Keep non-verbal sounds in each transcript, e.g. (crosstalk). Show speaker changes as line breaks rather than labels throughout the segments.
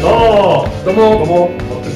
どうもどうもポッドキャ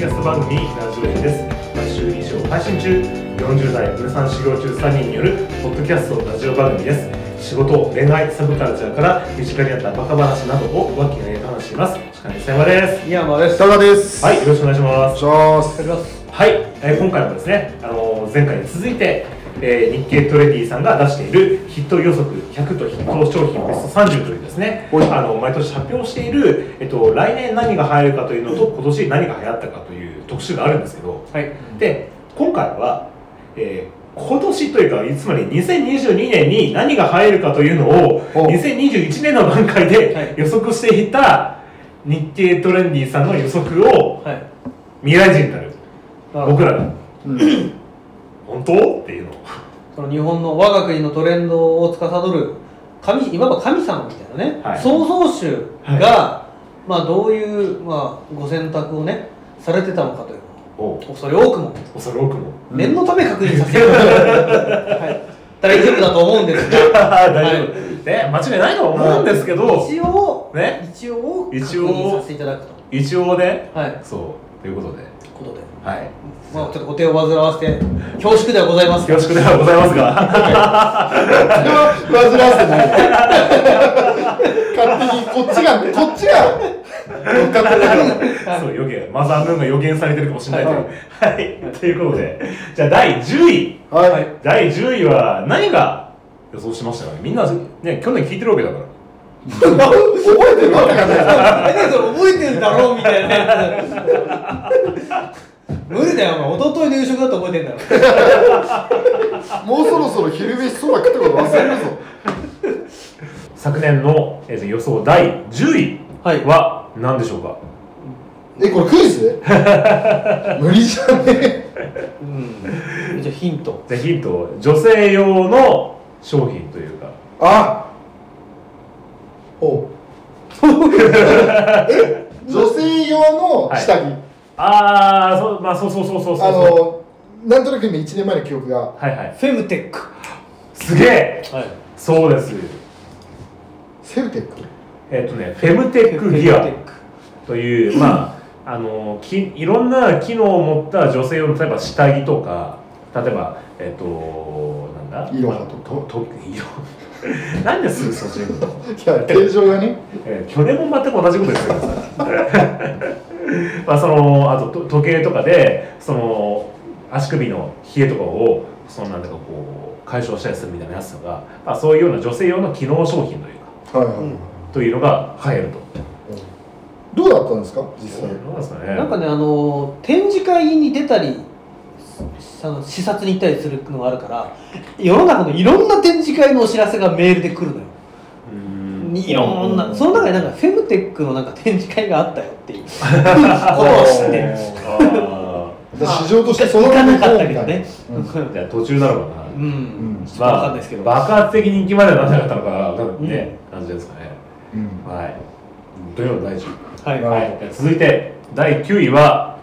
スト番組「ラジオ日」です毎週日曜配信中40代無産修行中3人によるポッドキャストラジオ番組です仕事恋愛サブカルチャーから身近にあったバカ話などを和気あいあいと話しています鹿根久山です
宮山です。
北川です。
はいよろしくお願いしま
お
す
願いします。
はい、えー今回もですねあのー前回に続いて、えー日経トレンディさんが出しているヒット予測100とヒット商品ベスト30というですね
はい
あの毎年発表している、えっと、来年何が流行るかというのと今年何が流行ったかという特集があるんですけど
はい。
で今回は、えー今年というかつまり2022年に何が入るかというのを
お
2021年の段階
はい
で予測していた日経トレンディさんの予測を
はい。
未来人になる
まあ
僕らが
うん
「本当?」っていうのを
その日本の我が国のトレンドを司る神いわば神様みたいなね、
はい
創造主が、
は
まあどういうまあご選択をねされてたのかという
おう
のを恐れ多くも
恐れ多くも
うん
念のため確認させて
(laughs)
いただきます、はい、大丈夫だと思うんですが
大丈夫、ね間違いないとは思うんですけど、
一応
ね
一応確
一応
認させていただく
一応ね
とはい
そうということで
ことで
はい
まあちょっとお手を煩わせて恐縮ではございます
よろしくではございますが
(laughs) それは煩わせてない。勝手にこっちがこっちが乗っかってる
はい
そう予言マザームーンが予言されてるかもしれないというはい、
はい
ということでじゃあ第10位
から。
は
はいい。
第10位は何が予想しましたかねみんなね去年聞いてるわけだから
覚えてるわけがない。
え何それ覚えてるだろうみたいな無理だよお前一昨日の夕食だと覚えてんだろ
もうそろそろ昼飯そば食ったこと忘れるぞ。
昨年の、えーと予想第10
はい
位は何でしょうか、
えこれクイズ？無理じゃね。
うんじゃあヒント
じゃあヒントを女性用の商品というか
あ。お。 (laughs) え女性用の下着。
ああそうまあそうそうそうそうそう
あのなんとなく今1年前の記憶が。
はいはい
フェムテック
すげえ
はい
そうです
セルテック
えっ、とねフェムテックギアという、まあ、あのきいろんな機能を持った女性用の例えば下着とか例えばえっ、となんだ
イロハとか
とと色 (laughs) なんですぐそっちに行くの、
いや形状がね
えー去年も全く同じことですよ (laughs) まあそのあとと時計とかでその足首の冷えとかをそのなんだかこう解消したりするみたいなやつとか、まあ、そういうような女性用の機能商品というか
はいはい、はい
うん
というのが流行ると。
どうだったんですか実際
どうなんですかね
なんかねあの展示会に出たりあの視察に行ったりするのがあるから世の中のいろんな展示会のお知らせがメールで来るのよ
うーん
にいろんなその中でなんかフェムテックのなんか展示会があったよっていうことを知って
あー
だから市場としてその
行
ま
か
ま
な
行こ
か
う
ったけ
み
ど
たい
ね
なうん
じゃあ途中なのかな、
うん、
うん
ちょっと (laughs) わかんないですけど、
爆発的に人気まではならなかったのかな多分ね、感じですかね
うん
はいというのが大事、
はい、
まあ
はい、じゃあ続いて第9位は、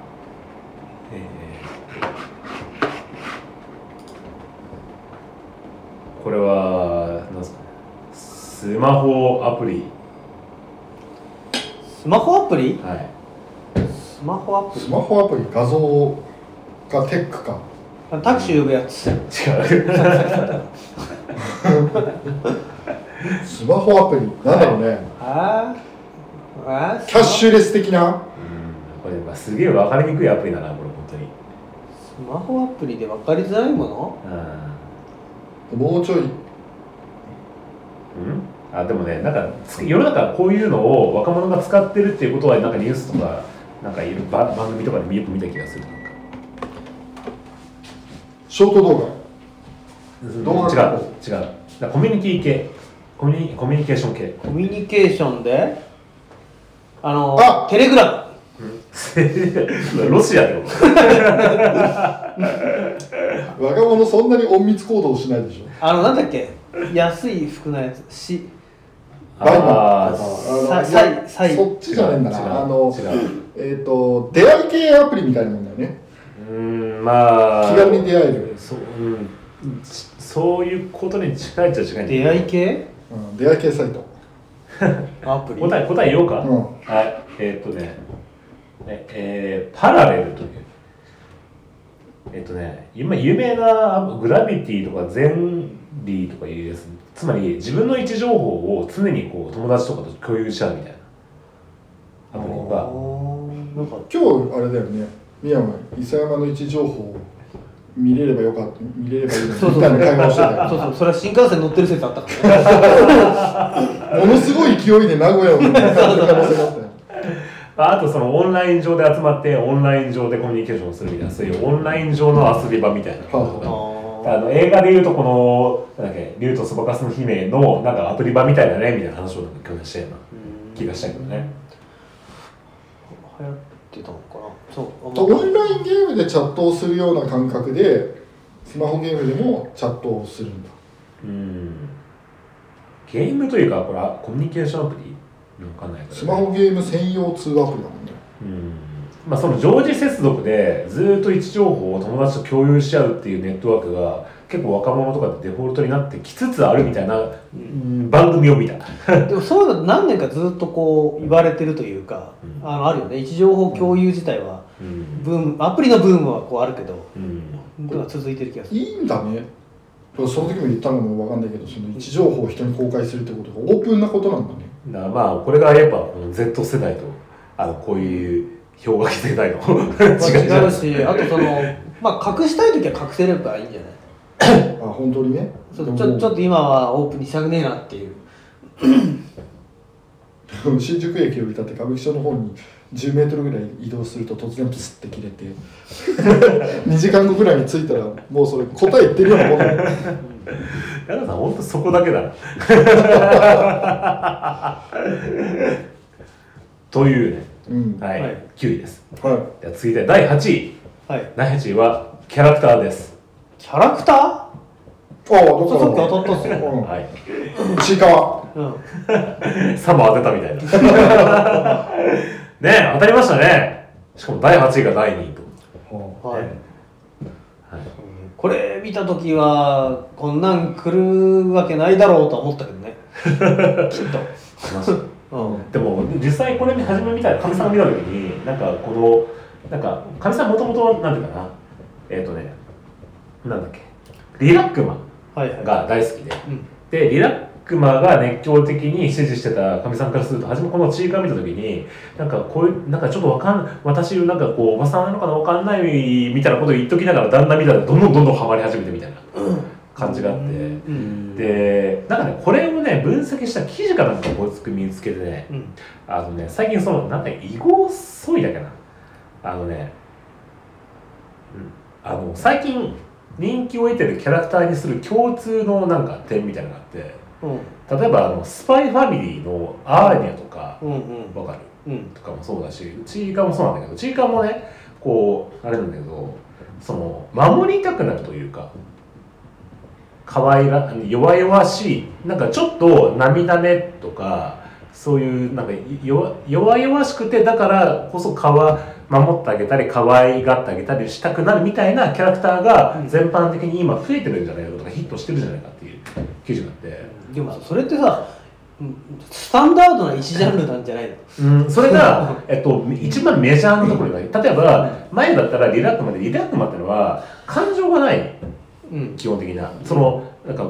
えーこれはなんですかねスマホアプリ
スマホアプリ
はい
スマホアプ
スマホアプリ画像がテックか
リタクシー呼ぶやつ
違う (laughs)
スマホアプリなんだろうね、
あーあ
キャッシ
ュ
ュレス的な
うんこれまあすげえ分かりにくいアプリだなこれ本当に
スマホアプリで分かりづらいもの
うん
もうちょい
うんあでもねなんかつ世の中こういうのを若者が使ってるっていうことはなんかニュースとかなんかいるば番組とかでよく見た気がするなんか
ショート動
違
動
う違
画
う
加工
だからコミュニティ系コミュニコミュニケーション系
コミュニケーションであの
あ
テレグラ
(laughs) ロシアってこと
画若者そんなに隠密行動しないでしょ
ムあのなんだっけ安い服のやつし
バイバイ
あ
あ
ー
の
さ
いや
さいさい
そっちじゃないんだ
違う
なあの
違う
えっ、と出会い系アプリみたいなもんだよね
うーんまあ
気軽に出会える、
そう、うん、ちそういうことに近いっちゃ近いんだけ
出
ど
会い系
うん、出会い系サイト
アプリ
答え答え言おうか、
うん
はいえーっとねねえーパラレルというえっとね今有名なグラビティとかゼンリーとかいうやつつまり自分の位置情報を常にこう友達とかと共有しちゃうみたいなアプリが
なんか
今日あれだよね宮山伊山の位置情報を見れればよかった見れればいいのに
そうそ
み
う
たいな会話をしてたよ
そうそうそれは新幹線乗ってる説あったからね
ものすごい勢いで名古屋を向かった可能性があったよ
ああとそのオンライン上で集まってオンライン上でコミュニケーションするみたいなそういうオンライン上の遊び場みたいな
は
あー
あの映画でいうとこのなんだっけ「竜とそばかすの姫」のなんかアプリ場みたいだねみたいな話をなんか去年してるな気がしたけどね
流行ってたのかなそうあ
とオンラインゲームでチャットをするような感覚でスマホゲームでもチャットをするんだ
うんゲームというかこれはコミュニケーションアプリわかんないから、ね、
スマホゲーム専用通話アプリだもんね
うんまあその常時接続でずっと位置情報を友達と共有し合うっていうネットワークが結構若者とかでデフォルトになってきつつあるみたいな、うん番組を見た
でもそういうの何年かずっとこう言われてるというか、
うん
あのあるよね位置情報共有自体は
うん、
ブームアプリのブームはこうあるけど
うん
では続いてる気がする
いいんだねその時も言ったのも分かんないけどその位置情報を人に公開するってことがオープンなことなんだね
だからまあこれがやっぱこの Z 世代とあのこういう氷河期世代の (laughs) 違い
まあ
じゃ
違
な
う
い
しあとそのまあ隠したい時は隠せればいいんじゃない
あ本当にね
そうちょちょっと今はオープンにしたくねえなっていう
と (laughs) 新宿駅を降りたって歌舞伎町の方に10メートルぐらい移動すると突然プスって切れて (laughs) 2時間後ぐらいに着いたらもうそれ答え言ってるようなもんだよ
矢田さん本当そこだけだな (laughs) というね
うん
はい、
はい
9位です
は
では続いて第8位
はい
第8位はキャラクターです、
キャラクター
いああど
そうさっき
こ
当たったっすよ、
うん
はい、
石川
うん、
サも当てたみたいなねえ当たりましたねしかも第8位が第2位と、
はい、
ねはい
これ見た時はこんなん来るわけないだろうとは思ったけどねきっ
来ました
と、うん、
でも実際これ初め見たかみさんが見た時になんかこのなんかかみさんもともとなんていうかなえっ、とねなんだっけリラックマ
はいはい
が大好きで
うん
でリラックマが熱狂的に支持してたかみさんからすると初めこのチーカー見た時になんかこういうなんかちょっとわかん私なんかこうおばさんなのかなわかんないみたいなことを言っときながらだんだん見たらどんどんどんどんハマり始めてみたいな感じがあって。
うん
でなんかねこれをね分析した記事かなんかをこいつく見つけてね、
うん
あのね、最近その、なんか、囲碁ソイだっけな。あのね、うんあの、最近人気を得てるキャラクターにする共通のなんか点みたいなのがあって、
うん
例えばあの、スパイファミリーのアーニャとか、
うんうん
わかる
うん
とかもそうだし、チーカーもそうなんだけど、チーカーもね、こう、あれなんだけど、その、守りたくなるというか、可愛ら、弱々しい、なんかちょっと涙目とか、そういう、なんか弱、弱々しくて、だからこそかわ、守ってあげたり、可愛がってあげたりしたくなるみたいなキャラクターが
うん
全般的に今増えてるんじゃないかとか、ヒットしてるんじゃないかっていう記事があって。
でもさそれってさうんスタンダードな一ジャンルなんじゃないの
うん、それが、えっと、一番メジャーなところが例えば前だったらリラックマでリラックマってのは感情がない
うん
基本的なそのなんか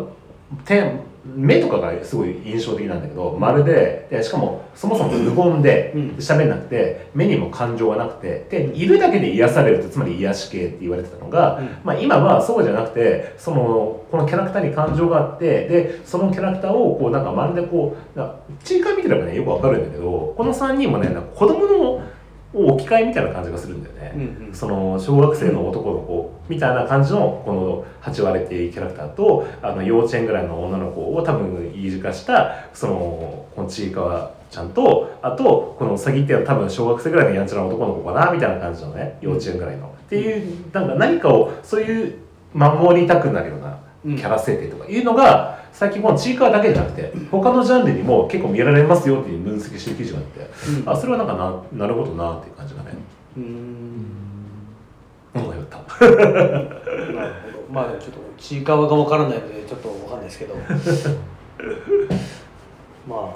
点目とかがすごい印象的なんだけど丸ででしかもそもそも無言で
うん
喋んなくて目にも感情がなくてでいるだけで癒されるってつまり癒し系って言われてたのが、
うん
まあ、今はそうじゃなくてそのこのキャラクターに感情があってでそのキャラクターをこうなんかまるでこうなんかチーカー見てればねよくわかるんだけどこの3人もねなんか子供の置き換えみたいな感じがするんだよね。
うんうん
その小学生の男の子みたいな感じのこの8割っていうキャラクターとあの幼稚園ぐらいの女の子を多分イージ化したそのこのちいかわちゃんとあとこのうさぎっていうのは多分小学生ぐらいのやんちゃな男の子かなみたいな感じのね幼稚園ぐらいの。っていうなんか何かをそういう守りたくなるような
うん
キャラ設定とかいうのが最近このちいかわだけじゃなくて他のジャンルにも結構見られますよっていう分析してる記事があって
うん
あそれはなんかななるほどなっていう感じがね
うん
思いった。
なるほどまあちょっとちいかわがわからないのでちょっとわかんないですけどまあわか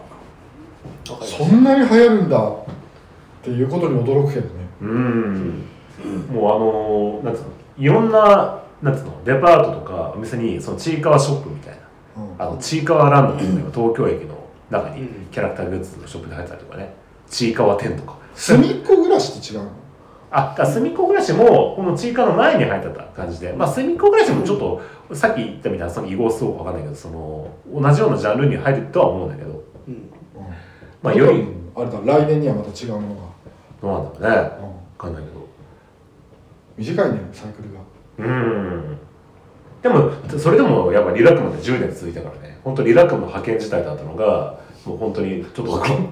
りま
そ
し
んなに流行るんだっていうことに驚くけどね
うんもうあのーなんつうのいろんななんつうのデパートとかお店にそのちいかわショップみたいなあのちいかわランドとかね東京駅の中に
うん
キャラクターグッズのショップで入ったりとかねちいかわ店とか
隅っこ暮らしって違うの
あだから隅っこ暮らしもこのちいかわの前に入ってた感じでまあ隅っこ暮らしもちょっとさっき言ったみたいなその違合すごくわかんないけどその同じようなジャンルに入るとは思うんだけど
うん
まあより
うんあれだ来年にはまた違うもの
どうなんだろうね
が、うん
わかんないけど
短いねサイクルが
うんでもそれでもやっぱリラックマって10年続いたからね本当リラックマの派遣自体だったのがもう本当にちょっと本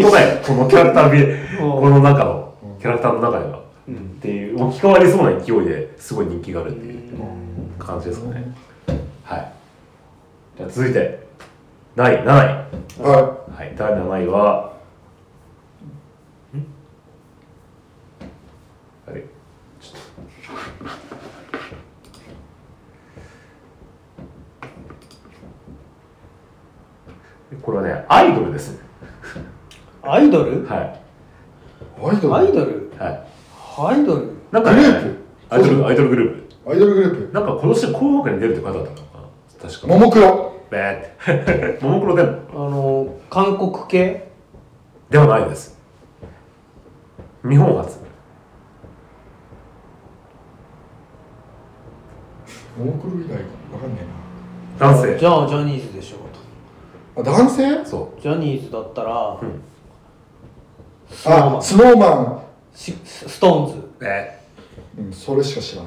当だよこのキャラクタービこの中のキャラクターの中では
う
っ
ん
ていう置き換わりそうな勢いですごい人気があるっていう
うん
感じですかねはいじゃあ続いて第7位は
はい
第7位はんあれちょっとこれはねアイドルですね
アイドル
はい
いアイドル
アイドル
はい
アイドル
なんかね
グループ
アイドルアイドルグループ
アイドルグループ
なんか今年紅白に出るって書いてあったのかな確か。
ももクロ
べーって。も (laughs) もクロでも
あの韓国系
ではないです。日本初。
ももクロ以外わかんね
男性
じ。ゃあジャニーズでしょと
えなあ男性
そ
ジャニーズだったら
う。うん。
あスノーマ
シストーンズ
え
ン、うん、それしか知ら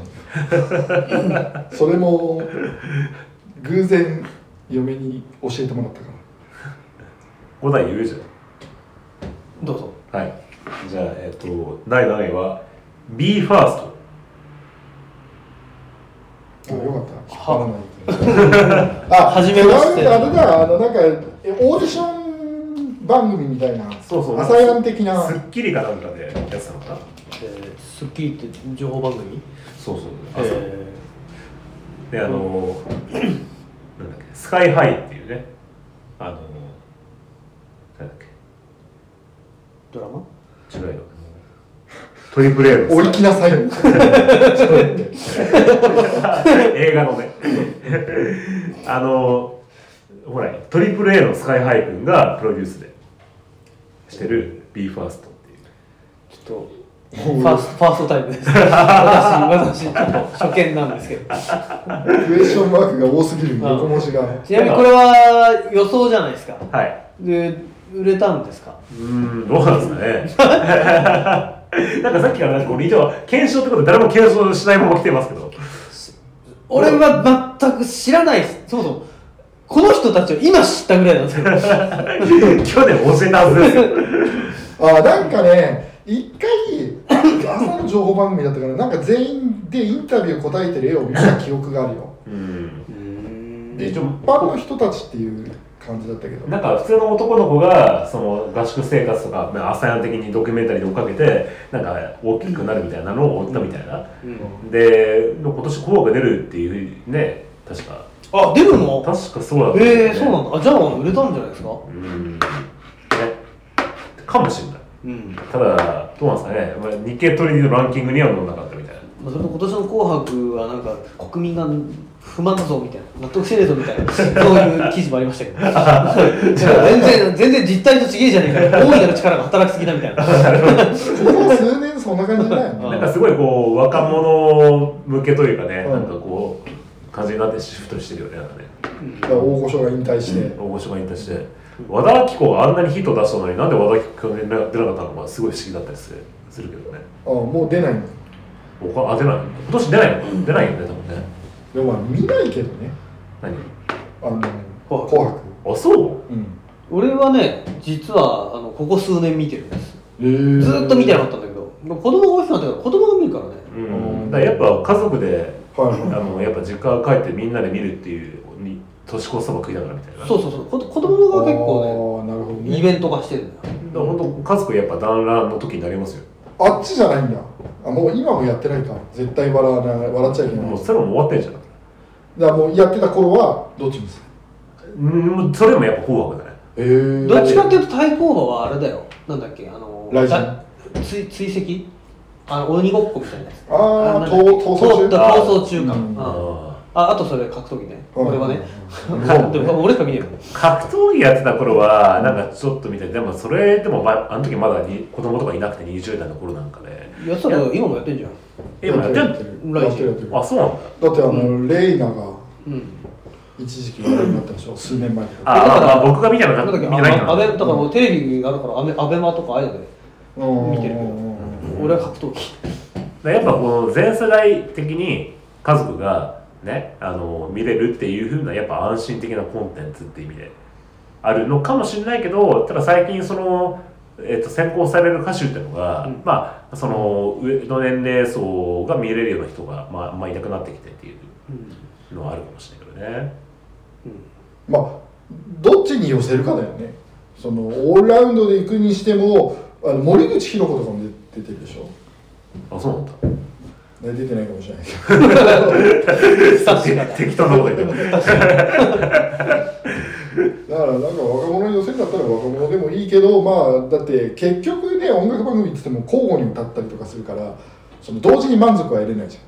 ないそれも偶然嫁に教えてもらったから
ー、5代言うじ
どうぞ
ゃん。はい。じゃあ、えっ、と、第7位は、BE:FIRST。
あよかった引っ張らないであ
初めまして
クラウンあれだあのなんかえオーディション番組みたいな
そうそう
アサイアン的な
スッキリかなんかでやってたのかな
えー『スッキリ』って情報番組
そうそう。朝
え
で、あの (clears throat) ー、なんだっけ、スカイハイっていうね、あのー、なんだっけ、
ードラマ
違うよ。 (laughs) トリプル A のスカイ
お行きなさいよ
映画のね (laughs) あのほらトリプル a のスカイハイ君がプロデュースでしてる BE:FIRST っていう
ちょっとファースファーストタイプです私私ちょっと初見なんですけど
クエスチョンマークが多すぎる横文字が
ちなみにこれは予想じゃないですか
はい
で売れたんですか
うーんどうなんですかね (laughs) なんかさっきからなんか俺一応検証ってことで誰も検証しないまま来てますけ (laughs) ど
俺は全く知らないですそもそもこの人たちを今知ったぐらいなんですけど
去年教えたはずですよ
あなんかね一回朝の情報番組だったからなんか全員でインタビュー答えてる絵を見た記憶があ
(laughs)
るよ
うん
で一般の人たちっていう感じだっ
(laughs)
たけど
なんか普通の男の子がその合宿生活とかまあアサヤン的にドキュメンタリーで追っかけてなんか大きくなるみたいなのを追ったみたいな、で今年「紅白」出るっていうね確か
あ出るの
確かそうだったよね
ええそうなんだあじゃあ売れたんじゃないですか
うんねかもしれない
うん、ま
ただどうなんですかねまあ日経トレンドのランキングには乗らなかったみたいな
あ、それと今年の「紅白」はなんか国民が不満だぞみたいな納得してねえぞみたいなそういう記事もありましたけど全然全然実態と違えじゃねえか大いなる力が働きすぎだみたいな
ここ数年そんな感じだよね
うん
なん (laughs) かすごいこう若者向けというかね、
うん
なんかこう感じになってシフトしてるよねなんかね
だから大御所が引退して、
大御所が引退して和田アキ子があんなにヒット出したのになんで和田アキ子が出なかったのかまあすごい不思議だったりするするけどね
あもう出ないの
他あ出ない今年出ないの出ないよね多分ね
でもまあ見ないけどね
何
あの
紅白
紅白
あそう
うん
俺はね実はあのここ数年見てるんです
えー
ずーっと見てなかったんだけど子供が大きくなってから子供が見るからね
うん、だからやっぱ家族で
はい
あ
は
のやっぱ実家帰ってみんなで見るっていうに年越しそば食いながらみたいな
そう
う
そうそうこ子供が結構
あーなるほど
ね
ね
イベント化してるんだよ
だから本当家族やっぱ団らんの時になりますよ、
あっちじゃないんだあもう今もやってないか絶対笑わない笑っちゃいけない
もうそれも終わってんじゃん
だからもうやってた頃はどっちにする
うんもうそれもやっぱ紅白だね
えー
どっちかっていうと対抗馬はあれだよなんだっけあの
雷神
だ追追跡あの鬼ごっこみたいなやつ
あ
な
あ
ん
逃
だっけ
逃走中
と逃走中か、
うん
あ
あ
あとそれ格闘技ね俺はね
うん
(laughs) でも俺しか見ねえよ
ー格闘技やってた頃はなんかちょっと見てでもそれでも、まあ、あの時まだに子供とかいなくて20代の頃なんかで
やつら今もやってんじゃん
今やって
や
ん
っ
の
てる
ライジン
やってるやってるだ
あそうなんだ
ってあのレイナが
うん
一時期話題になったでしょ数年前に
ああ、まあ、僕が見たの
なんだ
か
っけ
見て
あ
ないか
の
ら
アベだからテレビがあるからアベアベマとかああいうので
うん
見てるけど俺は格闘技
やっぱこの全世代的に家族がねあの見れるっていう風なやっぱ安心的なコンテンツって意味であるのかもしれないけどただ最近その、えっと先行される歌手っていうのが、
うん
まあその上の年齢層が見れるような人が、まあ、あんまいなくなってきてっていう
うん
のはあるかもしれないけどね。
まあどっちに寄せるかだよねそのオールラウンドで行くにしてもあの森口博子とかも出てるでしょ
あそうなんだ
ね出てないかもしれないけど
確かに
適当なこと言ってる
だからなんか若者に寄せるんだったら若者でもいいけどまあだって結局ね音楽番組って言っても交互に歌ったりとかするからその同時に満足は得れないじゃ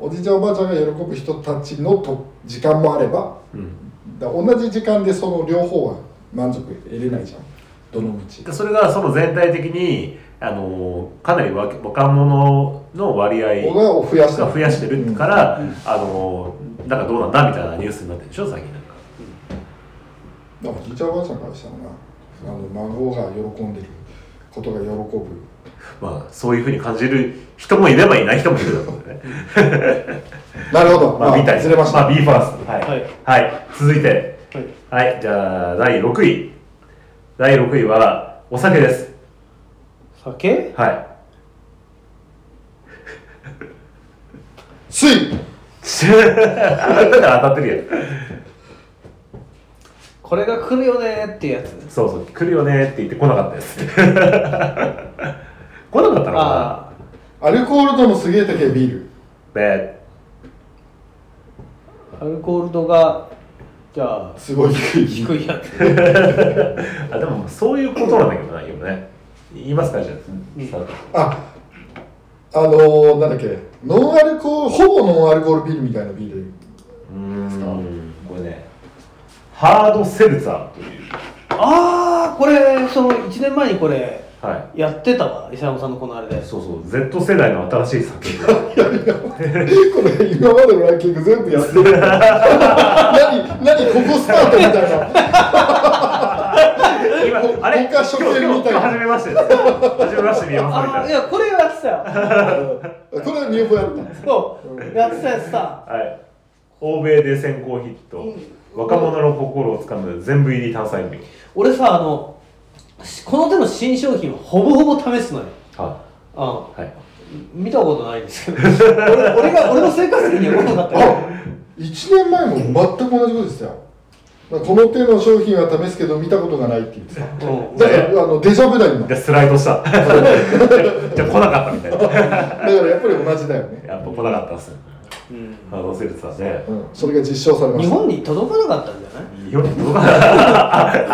んおじいちゃんおばあちゃんが喜ぶ人たちのと時間もあれば
うん
だ同じ時間でその両方は満足得れないじゃんどの道
でそれがその全体的にあのかなり若若者の割合
僕はを増やして
が増やしてるか
うん
ら、あのなんかどうなんだみたいなニュースになってるでしょ最近なんか
だからおじいちゃんおばあちゃんからしたらなあの孫が喜んでることが喜ぶ
まあそういうふうに感じる人もいればいない人もいるだろうね
(laughs) なるほど
まあみたいな
ずれました、
まあ B ファーストはい、
はい
はい続いて
はい
はいじゃあ第6位第6位はお酒です
酒
はい (laughs)
つい
だから当たってるやん
これが来るよねーっていうやつ
そうそう来るよねって言って来なかったです (laughs) 来なかったのか
あ
アルコールとのすげえ高いビール
なね
あアルコール度がじゃあ
すごい低い
低いやつ
あでもそういうことなんだけどな今ね言いますかじゃあ、
ん
さ
ああのー、なんだっけノンアルコールほぼノンアルコールビールみたいなビール
う
(laughs)
ーんこれねハードセルツァーという
ああこれその1年前にこれ
は
やってたわ伊勢山さんのこのあれで
いそうそう Z 世代の新しい
(laughs)
作品
これ今までのランキング全部やってる何何ここスタートみたいな
今あれ
僕が初見
今日今
み
日
たいな
今日初めまして
(laughs)
です初めまして見えますみ
ああ
た
い
いな
やこれやってたよ
これは入部やった
そうやってたやってた
はい欧米で先行ヒット、
う
若者の心をつかむ全部入り炭酸飲料
俺さあのしこの手の新商品はほぼほぼ試すのよ
は
あ
い、はい、
見たことないんですけど (laughs) 俺俺が俺の生活費には来なかったよ
あ1年前も全く同じことですよこの手の商品は試すけど見たことがないって言ってただ
うん
からあのデジャブだよ今
で
だか
スライドした (laughs) じゃあ来なかったみたいなや
らやっぱり同じだよね、
っぱ来なかったっすねハードセルツァーね
うん、それが実証されま
日
した
本に届かなかったんじゃ
よ
ない
くどうかな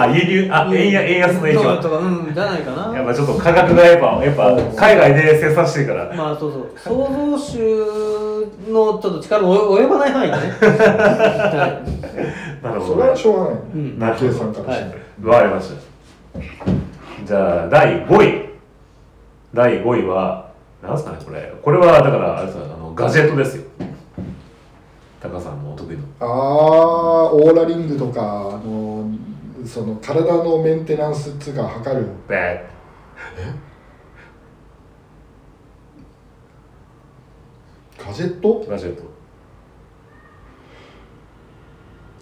あ輸入あ円安円安の影
とか
響
とかうんじゃないかな
やっぱちょっと価格がやっぱやっぱ海外で生産してるから
まあそうそう創造主のちょっと力の及ばない範囲で
(laughs)
ねは
なるほ
そ
ど
れ
ね
はしょうがない、
ん
なるほ
計
ど
算からして、
は
わかりましたじゃあ第5位第5位はなんすかねこれこれはだからあれですよあのガジェットですよタカさんのお得意の
ああオーラリングとかあのその体のメンテナンスっつうか測る
ベー
ガジェット
ガジェット
い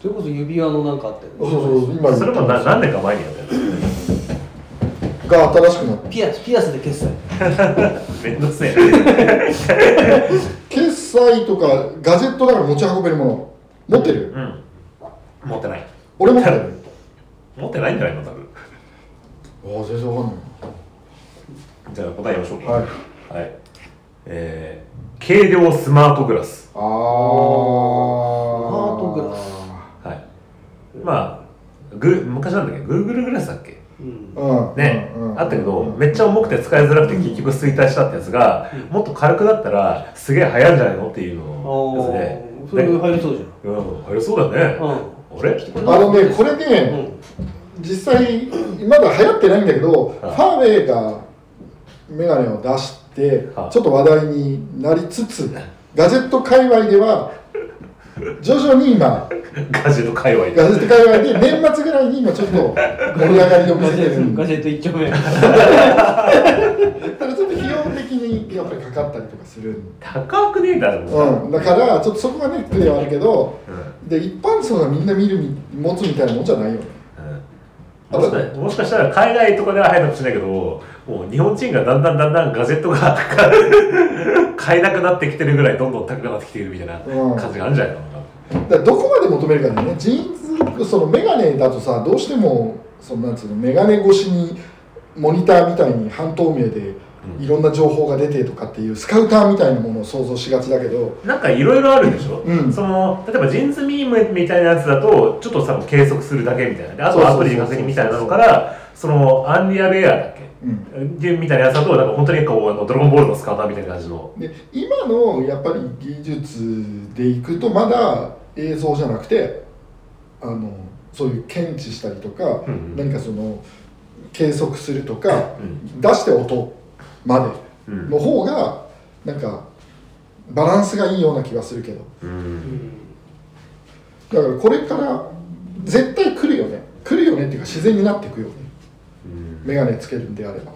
それこそ指輪のなんかあって
そうそうそう今
それもな何年か前にやったや
が新しくなった
ピアスピアスで決済
つめんどくせえ
決済とかガジェットだから持ち運べるもの持ってる、
うん持ってない
俺持ってる
持ってないんじゃないの多分
ああ全然わかん
じゃあ答えましょうか
ないはい
はいえー、軽量スマートグラス
ああ
ハートグラス
はいまあグ昔なんだっけ Google グラスだっけ
うん
うん
ね、
うんうん
あったけど、
うん
めっちゃ重くて使いづらくて結局衰退したってやつが、
うん
もっと軽くだったらすげえ流行るんじゃないのっていうのや
あー
つ
そ
で
れ
で、
入りそうじ
うん、流行りそうだね
ゃん、
あれ
あのねこれ
うん
ね実際まだ流行ってないんだけどフ
はい
ァーウェイがメガネを出してちょ
は
っ
い
と話題になりつつガジェット界隈では徐々に今
ガジェット界隈で
ガジェット界隈で年末ぐらいに今ちょっと盛り上がりを見
(laughs) ガ
せ
ジ
て
ェ
るん
ット
で
ガジェット一丁目
だからちょっと費用的にやっぱりかかったりとかするんで
高くねえだろ
うん、だからちょっとそこがネックではあるけどで一般層がみんな見るみ持つみたいなもんじゃないよね
もしかもしかしたら海外とかでは入るかもしれないけどもう日本人がだんだんだんだんガジェットが買えなくなってきてるぐらいどんどん高くなってきてるみたいな感じがあるんじゃないのかな、
だからどこまで求めるかだよねジーンズそのメガネだとさどうしてもそのなんつうのメガネ越しにモニターみたいに半透明で
うん
いろんな情報が出てとかっていうスカウターみたいなものを想像しがちだけど
なんかいろいろあるでしょ、
うん
その例えばジーンズミームみたいなやつだとちょっとさ計測するだけみたいなであとはアプリに稼ぎみたいなのからそのアンリアルエアだっけ
うん
でみたいなやつだとなんか本当にこうあのドラゴンボールのスカウターみたいな感じの
で今のやっぱり技術でいくとまだ映像じゃなくてあのそういう検知したりとか、
うんうん
何かその計測するとか、
うん
出して音まで
うん
の方がなんかバランスがいいような気がするけど
うん
だからこれから絶対来るよね来るよねっていうか自然になってくよね
うん
眼鏡つけるんであれば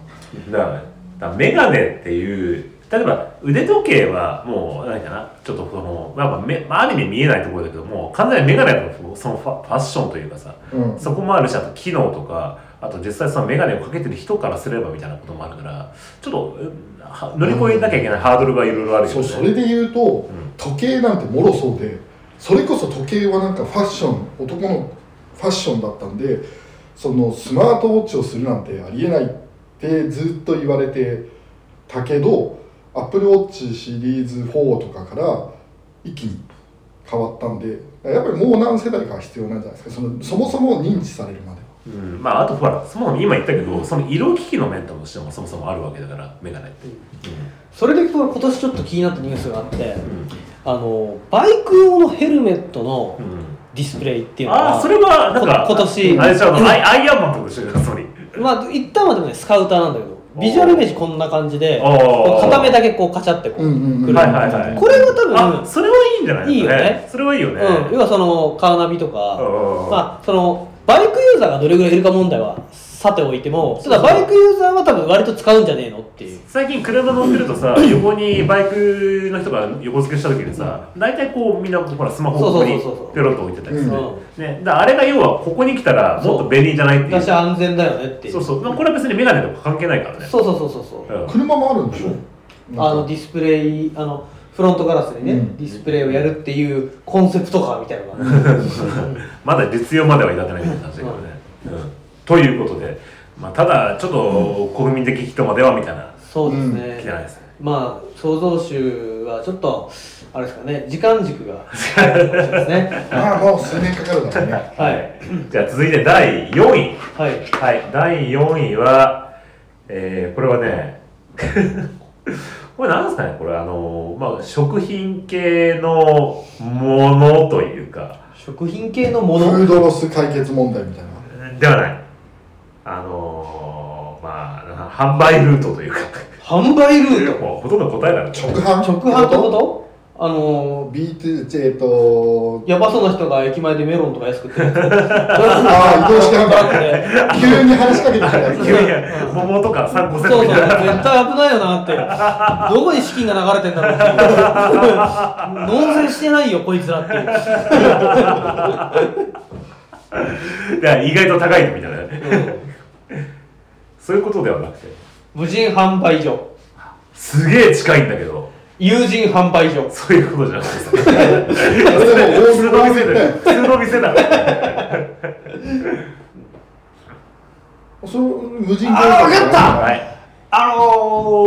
だからだからメガネっていう例えば腕時計はもう何かなちょっとこのやっぱめ、まあ、ある意味見えないところだけども完全にメガネのそのファファッションというかさ
うん
そこもあるしあと機能とかあと実際その眼鏡をかけてる人からすればみたいなこともあるからちょっとうんは乗り越えなきゃいけないハードルがいろいろあるよ
そ
ね
うそれで言うと
ん
時計なんてもろそうでそれこそ時計はなんかファッション男のファッションだったんでそのスマートウォッチをするなんてありえないってずっと言われてたけどアップルウォッチシリーズ4とかから一気に変わったんでやっぱりもう何世代かは必要なんじゃないですかそのそもそも認知されるまでは。
うんまああとほらそもそも今言ったけどその医療機器の面としてもそもそもあるわけだから眼鏡って、
それで僕は今年ちょっと気になったニュースがあって
うん
あのバイク用のヘルメットの
うん
ディスプレイっていうの
あ
は
あそれはなんか
こ今年
あれじゃあのアイアイアンマンとか一緒じゃんそれ
まあ一旦はでもねスカウターなんだけどビジュアルイメージこんな感じで
あー
こう片目だけこうカチャってこ
う
う、
んうんうん
はいはいはい
これは多分
あそれはいいんじゃない
いいよね
それはいいよね
うん、要はそのカーナビとか、
うん
まあ、そのバイクユーザーがどれぐらいいるか問題はさておいてもただバイクユーザーは多分割と使うんじゃねえのっていう
最近車乗ってるとさ横にバイクの人が横付けした時にさ大体こうみんなほらスマホをここに
そうそうそうそう
ペロッと置いてたりする、
うん
ね、だからあれが要はここに来たらもっと便利じゃないっていう
私
そう
は安全だよねっていう
そうまあこれは別に眼鏡とか関係ないからね
そうそうそうそうそう
うん (laughs)
車もあるんでしょ
あのディスプレイあのフロントガラスにね、
うん
ディスプレイをやるっていうコンセプトカーみたいなのが
まだ実用までは至ってないみたいな感じだけどね、うんということで、まあ、ただちょっと国民的人まではみたいな
そうですね、
気じゃないですね
まあ創造主はちょっとあれですかね時間軸がです
(laughs)
ね
まあもう数年かかるだろうね
はい
じゃあ続いて第4位
はい
はい、第4位は、えーこれはね、 (laughs) これなんですかね、これ、あの、まあ、食品系のものというか、
食品系のも
フ
の
ードロス解決問題みたいな
ではない。あのーまあ、販売ルートというか、 (laughs)
販売ルート
もうほとんど答えなくて
直販
直販ってことあの
B2J と
ー、やばそうな人が駅前でメロンとか安く売ってる
(laughs) ああ、移動して販売。
で
急に話しかけてきたやつ。
いやいや、桃とか3個
そ
セット
うそう
み
絶
たいな。
対危ないよな
(laughs)
ってどこに資金が流れてんだろうっていう
(laughs)
納税してないよこいつらっていう
いや意外と高いのみたいなね。そういうことではなくて、
無人販売所
すげえ近いんだけど、
友人販売所
そういうことじゃないですか。
それでも
普
大
通
黒
の店
の店
だよ。
で。
普通の店だ。
その無人
あーわかった
はい。
あの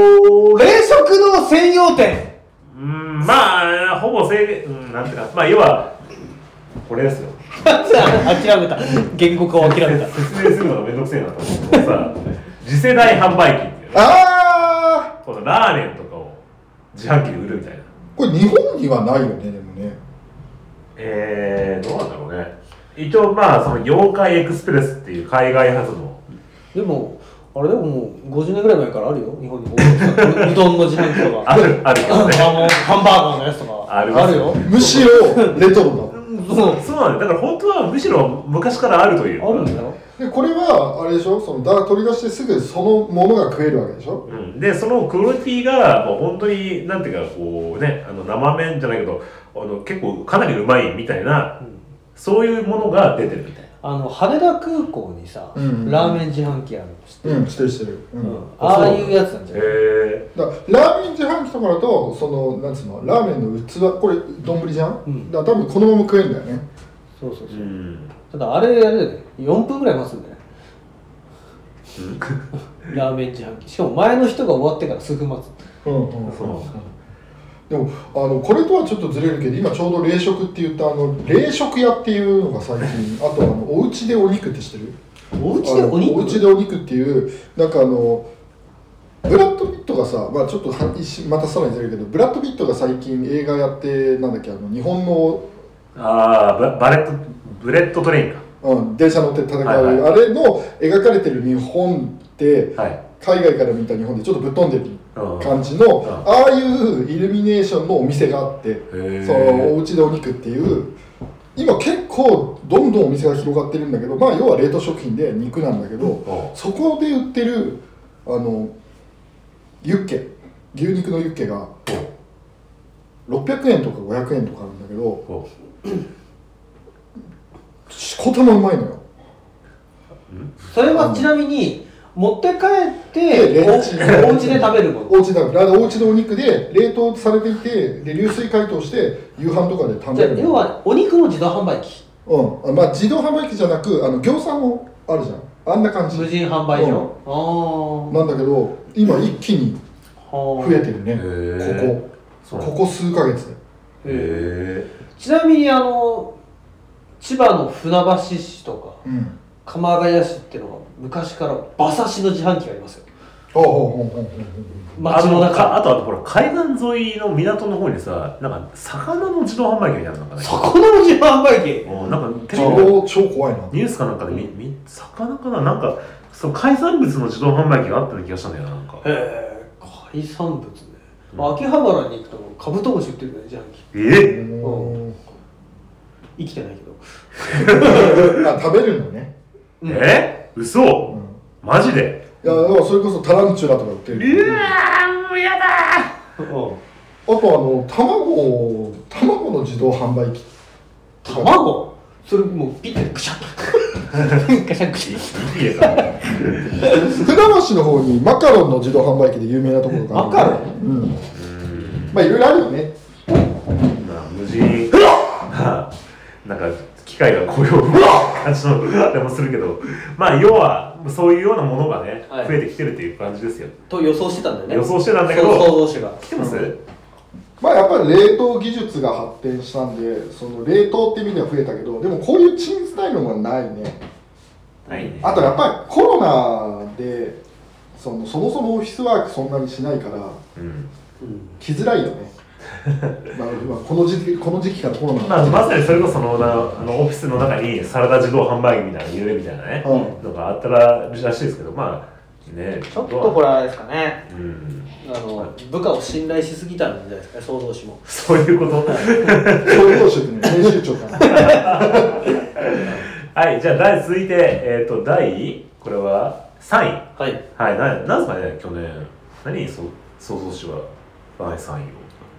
ー、冷食の専用店 (laughs)
うんまあほぼ制限、うん、なんていうかまあ要はこれですよ
諦めた言語化を諦めた
説明するのがめんどくせえなと思うけどさ次世代販売機っていうね
ああ
このラーメンとかを自販機で売るみたいな
これ日本にはないよねでもね
えー、どうなんだろうね一応まあその妖怪エクスプレスっていう海外発の
でもあれでももう50年ぐらい前からあるよ日本にもうどんの自販機とか
(laughs) あるあるけ
あ
ど
の
ね
ハンバーガーのやつとか
ありますよ
よ
むしろレトロだ
そう
そうなんだよだから本当はむしろ昔からあるというか
あるんだよ
でこれはあれでしょそのだ取り出してすぐそのものが食えるわけでしょ
うん、でそのクオリティがもう本当になんていうかこうねあの生麺じゃないけどあの結構かなりうまいみたいな、
うん
そういうものが出てるみたいな
あの羽田空港にさ、
うん
ラーメン自販機あるの知ってる、
うんしてるしてる、う
うんんああいうやつなんじゃない
へ
だからラーメン自販機とかだとそのなんつうのラーメンの器これ丼じゃん、
うん
だから多分このまま食えるんだよね
そうそ
えう
うそうんただあれやるよね4分ぐらい待つんだよね
うん
(laughs) ラーメン自販機しかも前の人が終わってからすぐ待つ
うんう
そう
でもあのこれとはちょっとずれるけど今ちょうど冷食って言ったあの冷食屋っていうのが最近あとあのお家でお肉って知ってる
お家でお肉
あのお家でお肉っていうなんかあのブラッド・ピットがさ、まあ、ちょっとは一瞬またさらにずれるけどブラッド・ピットが最近映画やってなんだっけあの日本の
ああババレットブレッドトレインか
うん、電車乗って戦う、
はいはい
あれの描かれてる日本って
はい
海外から見た日本でちょっとぶっ飛んでる
うん
感じの、
ん
ああいうイルミネーションのお店があって
ー
そのおうちでお肉っていう今結構どんどんお店が広がってるんだけどまあ要は冷凍食品で肉なんだけど、
うん
そこで売ってるあのユッケ牛肉のユッケが600円とか500円とかあるんだけど
こ
しこたまうまいのよ。
それはちなみに持って帰って
で
お
レンチン
お家で食べるもの
おうちだからおうちのお肉で冷凍されていてで流水解凍して夕飯とかで食
じ
べ
ゃあ
る
要はお肉の自動販売機
うんあまあ自動販売機じゃなくあの餃子もあるじゃんあんな感じ
無人販売
うん
所、あ
なんだけど今一気に
あは
増えてる
うへ
ね
え
こ
そ
こ
う
ここ数ヶ月で
へえ
あちなみにあの千葉の船橋市とか
うん
鎌ヶ谷市ってのは昔から馬刺しの自販機がありますよ
ほうほうほうほうほうほ
あ
街の
の
中
かあとあとほら海岸沿いの港の方にさなんか魚の自動販売機みたいなのがない
魚の自販売機
おなんかテレビの
う超超怖い
(laughs)
な
ニュースかなんかでみみ魚かななんかその海産物の自動販売機があったような気がしたんだよななんか
へえ海産物ね、
うん
秋葉原に行くとカブトムシ売ってるよね自販機
え
うん
生きてないけど、
あ食べるのね
うん
え
う
嘘
ん
マジで
いやだからそれこそタランチュラとか売ってる
もうやだ
うん
あとあの卵卵の自動販売機
卵それもうピッてグシ
(laughs)
ャッガシャングシャ
いい家か
船橋の方にマカロンの自動販売機で有名なところがある
マカロン
うんまあいろいろあるよね
まあ無人なんか機械がこういう感じのでもするけどまあ要はそういうようなものがね、
はい
増えてきてるっていう感じですよ
と予想してたんだよね
予想してたんだけ
そう想
ど
像してた
来てます、
まあやっぱり冷凍技術が発展したんでその冷凍って意味では増えたけどでもこういうチンスタイルもないね
ないね
あとやっぱりコロナでそのそもそもオフィスワークそんなにしないから
うん
うん
来づらいよねまあまあこの時期この時期からコロナ
まあ、まさにそれこそそのなあのオフィスの中にサラダ自動販売機みたいな有名みたいなね、
う
のがあったららしいですけどまあね
ちょっとこれあれですかね
うん
あの部下を信頼しすぎたんじゃないですかね創造主も
そういうこと
総合職の編集長かな
はいじゃあ第続いてえっ、と第これは3位
はい
はい、ななんですかね、去年、何そ創造主は第3位を。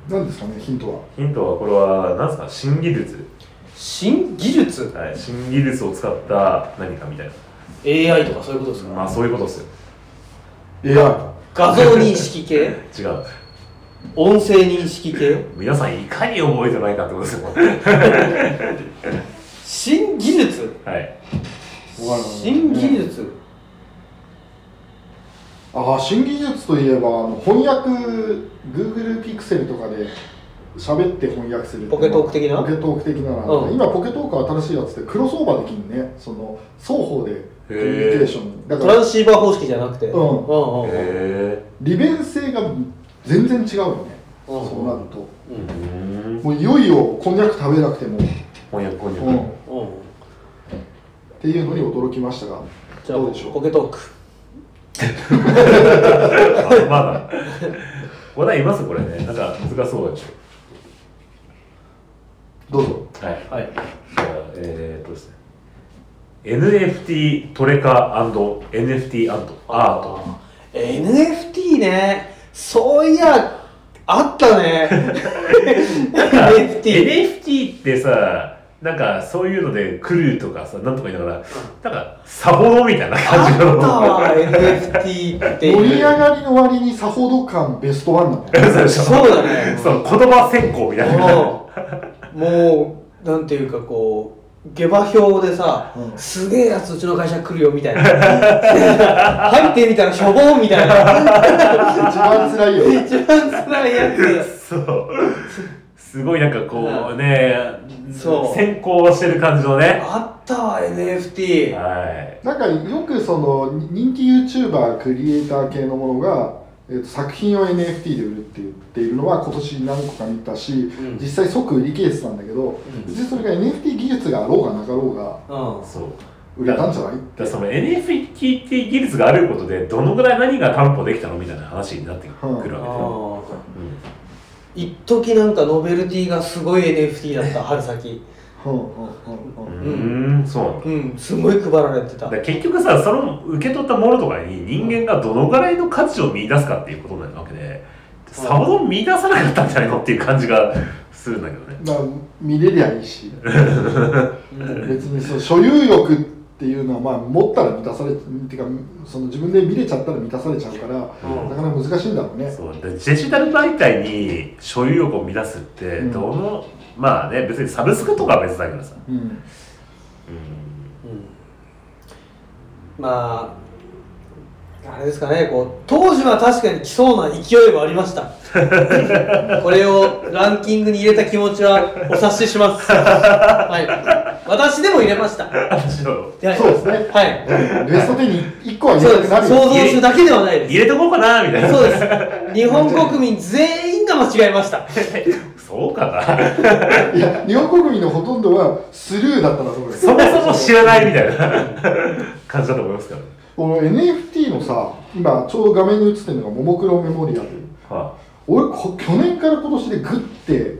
何ですかねヒントは
ヒントはこれは、なんですか、新技術、
新技術
はい、新技術を使った何かみたいな、
AI とかそういうことですか、
まあそういうことですよ、
いや
画像認識系
違う、
音声認識系
皆さん、いかに覚えてないかってことですよ、はい、
新技術新技術、
ああ新技術といえばあの翻訳 Google ピクセルとかで喋って翻訳するって
ポケトーク的な
ポケトーク的なのがあって、
うん
今ポケトークは新しいやつでクロスオーバーできんねその双方でコミュニケーションだか
トラ
ら
ンシーバー方式じゃなくて、
うん
うんうんうん
へ
利便性が全然違うよね、
うん
そうなると
う
え
ん
うん
もういよいよこんにゃく食べなくても、
翻訳翻
うん、っ
訳
うん
ていうのに驚きましたが
じゃあ
どうでしょ
ポ
う
ケトーク
あ (laughs) まだ話題いますこれねなんか難そうだけ
どうぞ
どはい
はい
じゃあえー、っとですね NFT トレカ &NFT& アート
あ NFT ねそういやあったね NFT
NFT ってさなんかそういうので来るとかさなんとか言いながらなんかサボろみたいな
あ
感
っ
じ
た
の
わ NFT って
盛り上
いう
がりの割にさほど感ベストワンなの
(laughs) そうでしょ
そうだね
その言葉選考みたいな
うんもうなんていうかこう下馬評でさ、
うん
すげえやつうちの会社来るよみたいな (laughs) 入ってみたらしょぼーみたいな
一番辛いよね
一番辛いやつ
そうすごいなんかこうね
そう
先行してる感じのね
(laughs) あったわ NFT
はい
なんかよくその人気 YouTuber クリエイター系のものが、えーと作品を NFT で売るって言っているのは今年何個か見たし、
ん
実際即売り切れてたんだけど、
ん
別にそれが NFT 技術があろうがなかろうが
うん
そう
売れたんじゃない
だからその NFT 技術があることでどのぐらい何が担保できたのみたいな話になってくるわけだよ
ああ
うん
一時なんかノベルティがすごい NFT だ
(laughs)
った春先
うんうんうんうん
うん、そうなんだ
うんすごい配られてた
だから結局さその受け取ったものとかに人間がどのぐらいの価値を見出すかっていうことになるわけでさほど見出さなかったんじゃないのっていう感じがするんだけどね
だから見れりゃいいし
うん
別にその所有欲っていうのはまあ持ったら満たされっていうかその自分で見れちゃったら満たされちゃうからなかなか難しいんだろうね
そうでデジタル媒体に所有欲を見出すって
うん
どの、まあね別にサブスクとかは別だけどさ、
うん
うん、
うんまああれですかねこう当時は確かに来そうな勢いはありました
(laughs)
これをランキングに入れた気持ちはお察しし
(laughs)
ますはい私でも入れましたは
私の
い
そうですね
はい
ベスト10に1個は入
そ
れ
う
た
で
く
す
な
想
るよ
像するだけではないです
入れとこうかなみたいな
そうです日本国民全員が間違えました
そうかない
や日本国民のほとんどはスルーだったなと思うよ
そもそも知らないみたいな感じだと思いますからね、
この NFT のさ今ちょうど画面に映ってるのが「ももクロメモリアル
は」
俺こ去年から今年でグッて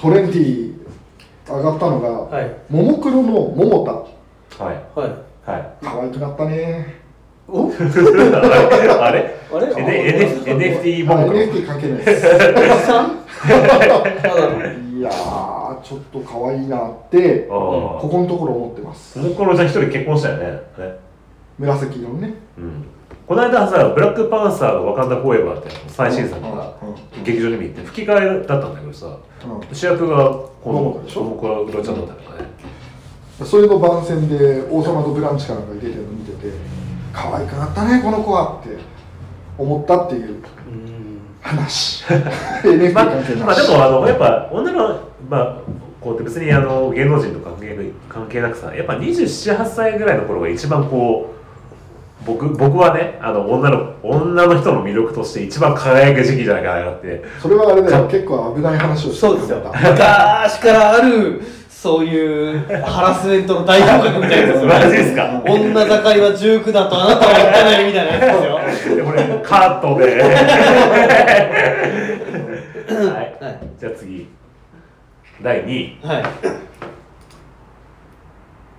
トレンディ上がったのが、
はい
ももクロの桃
いはい
はい
はい
田可愛くなったね
(laughs)
お
あ (laughs) れ
あれ
えで NF NFT
あ
ももクロ
NFT 関係ないです
おじさんただの
いやーちょっと可愛いなって
あ
こ
あ、
このところ思ってま
そ
す
の頃じゃん一人結婚したよねね、
紫色のね
うん、この間さ「ブラックパンサーのワカンダフォーエバー」って最新作が
うんうん
劇場で見て吹き替えだったんだけどさ
う
主役がこ
ロ
の
ボでしょ
僕はウロちゃんだったからね
ん、それの番宣で「王様とブランチ」かなんかに出てるの見てて可愛くなったねこの子はって思ったっていう話
(laughs)
NFT
まあ、
関係
ま
な
あ、
し
でもあのやっぱ女の、まあ、こうって別にあの芸能人と関係なく関係なくさやっぱ278歳ぐらいの頃が一番こう僕僕はねあの女の女の人の魅力として一番輝く時期じゃないかなって
それはあれだよ結構危ない話をして
(laughs) そうですよ昔からあるそういうハラスメントの代表格みたいなやつ
マジですか
女盛りは19だとあなたは言ってないみたいなやつですよ
でこれカットではい
はい
じゃあ次第2位
(laughs) はい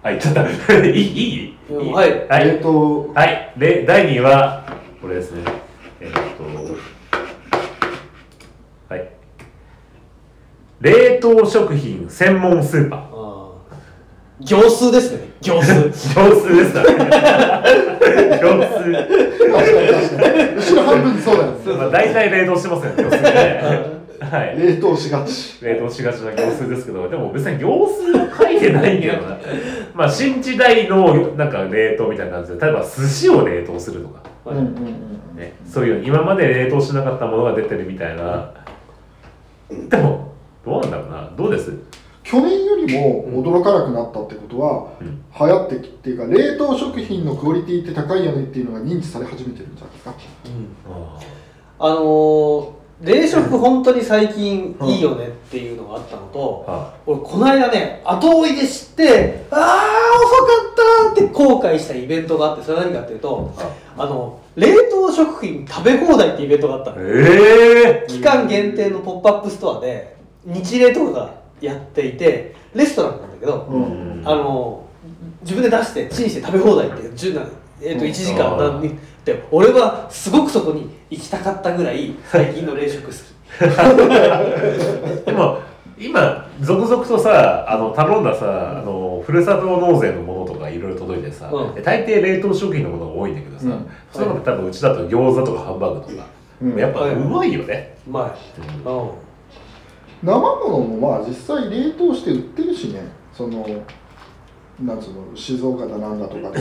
あ言っちゃった (laughs) いいいいい
うんはい
はい
えっ、と
はい、で第2位はこれですね。えっと、はい。冷凍食品専門スーパ
あー行数ですね行数 (laughs)
ー。業数ですからね。業数。
確かに確かに後ろ半分にそうだよね
まあ、大体冷凍してますよね、業数ね。はい。
冷凍しがち
冷凍しがちな業数ですけど、でも別に業数を書いてないんだよな。まあ、新時代のなんか冷凍みたいな感じで、例えば寿司を冷凍するとか。
うんうんうん
ね、そういう今まで冷凍しなかったものが出てるみたいなでもどうなんだろうなどうです
去年よりも驚かなくなったってことは、
うん
流行ってきっていうか冷凍食品のクオリティって高いよねっていうのが認知され始めてるんじゃないですか
あのー冷食本当に最近いいよねっていうのがあったのと、
あ
俺この間ね後追いで知ってああ遅かったって後悔したイベントがあってそれは何かっていうと
あ
あの冷凍食品食べ放題ってイベントがあったの
ええ
期間限定のポップアップストアで日冷とかがやっていてレストランなんだけど、
うん
あの自分で出してチンして食べ放題っていう10なえー、と
うん
1時間何にって俺はすごくそこに行きたかったぐらい最近の冷食好き
でも今続々とさあの頼んださあのふるさと納税のものとかいろいろ届いてさ、
う
大抵冷凍食品のものが多いんだけどさ、
うん
その中で多分うちだと餃子とかハンバーグとか、
うん
やっぱうまいよね、
うまい、
うん
うん、
生ものもまあ実際冷凍して売ってるしねそのなんつうの静岡だなんだとかで、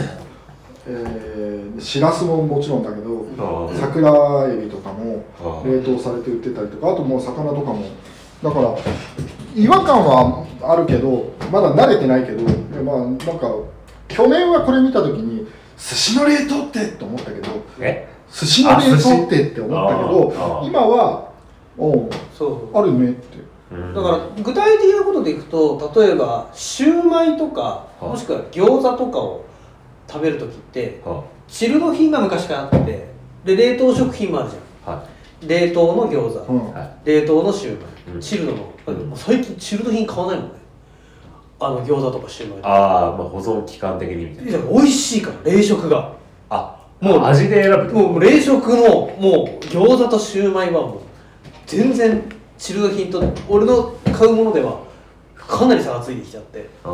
えー、しらすももちろんだけど
あー
桜エビとかも
あー
冷凍されて売ってたりとかあともう魚とかもだから違和感はあるけどまだ慣れてないけどでまあなんか去年はこれ見た時に寿司の冷凍ってと思ったけど
え
寿司の冷凍ってって思ったけ
あ寿司あ
ど
ー
今はおう
そう
あるねって
うん
だから具体的なことでいくと例えばシューマイとか
あ
もしくは餃子とかを食べる時って
あ
チルド品が昔からあってで冷凍食品もあるじゃん
は
冷凍の餃子、
うん
いはい
冷凍のシューマイ、
うん
チルドの、
うん
最近チルド品買わないもんねあの餃子とかシューマイとか
ああまあ保存期間的にみたいない
や美味しいから冷食が
あ
も
も
う
う味で選ぶ
もう冷食のもう餃子とシューマイはもう全然チルド品と俺の買うものではかなり差がついてきちゃって
あ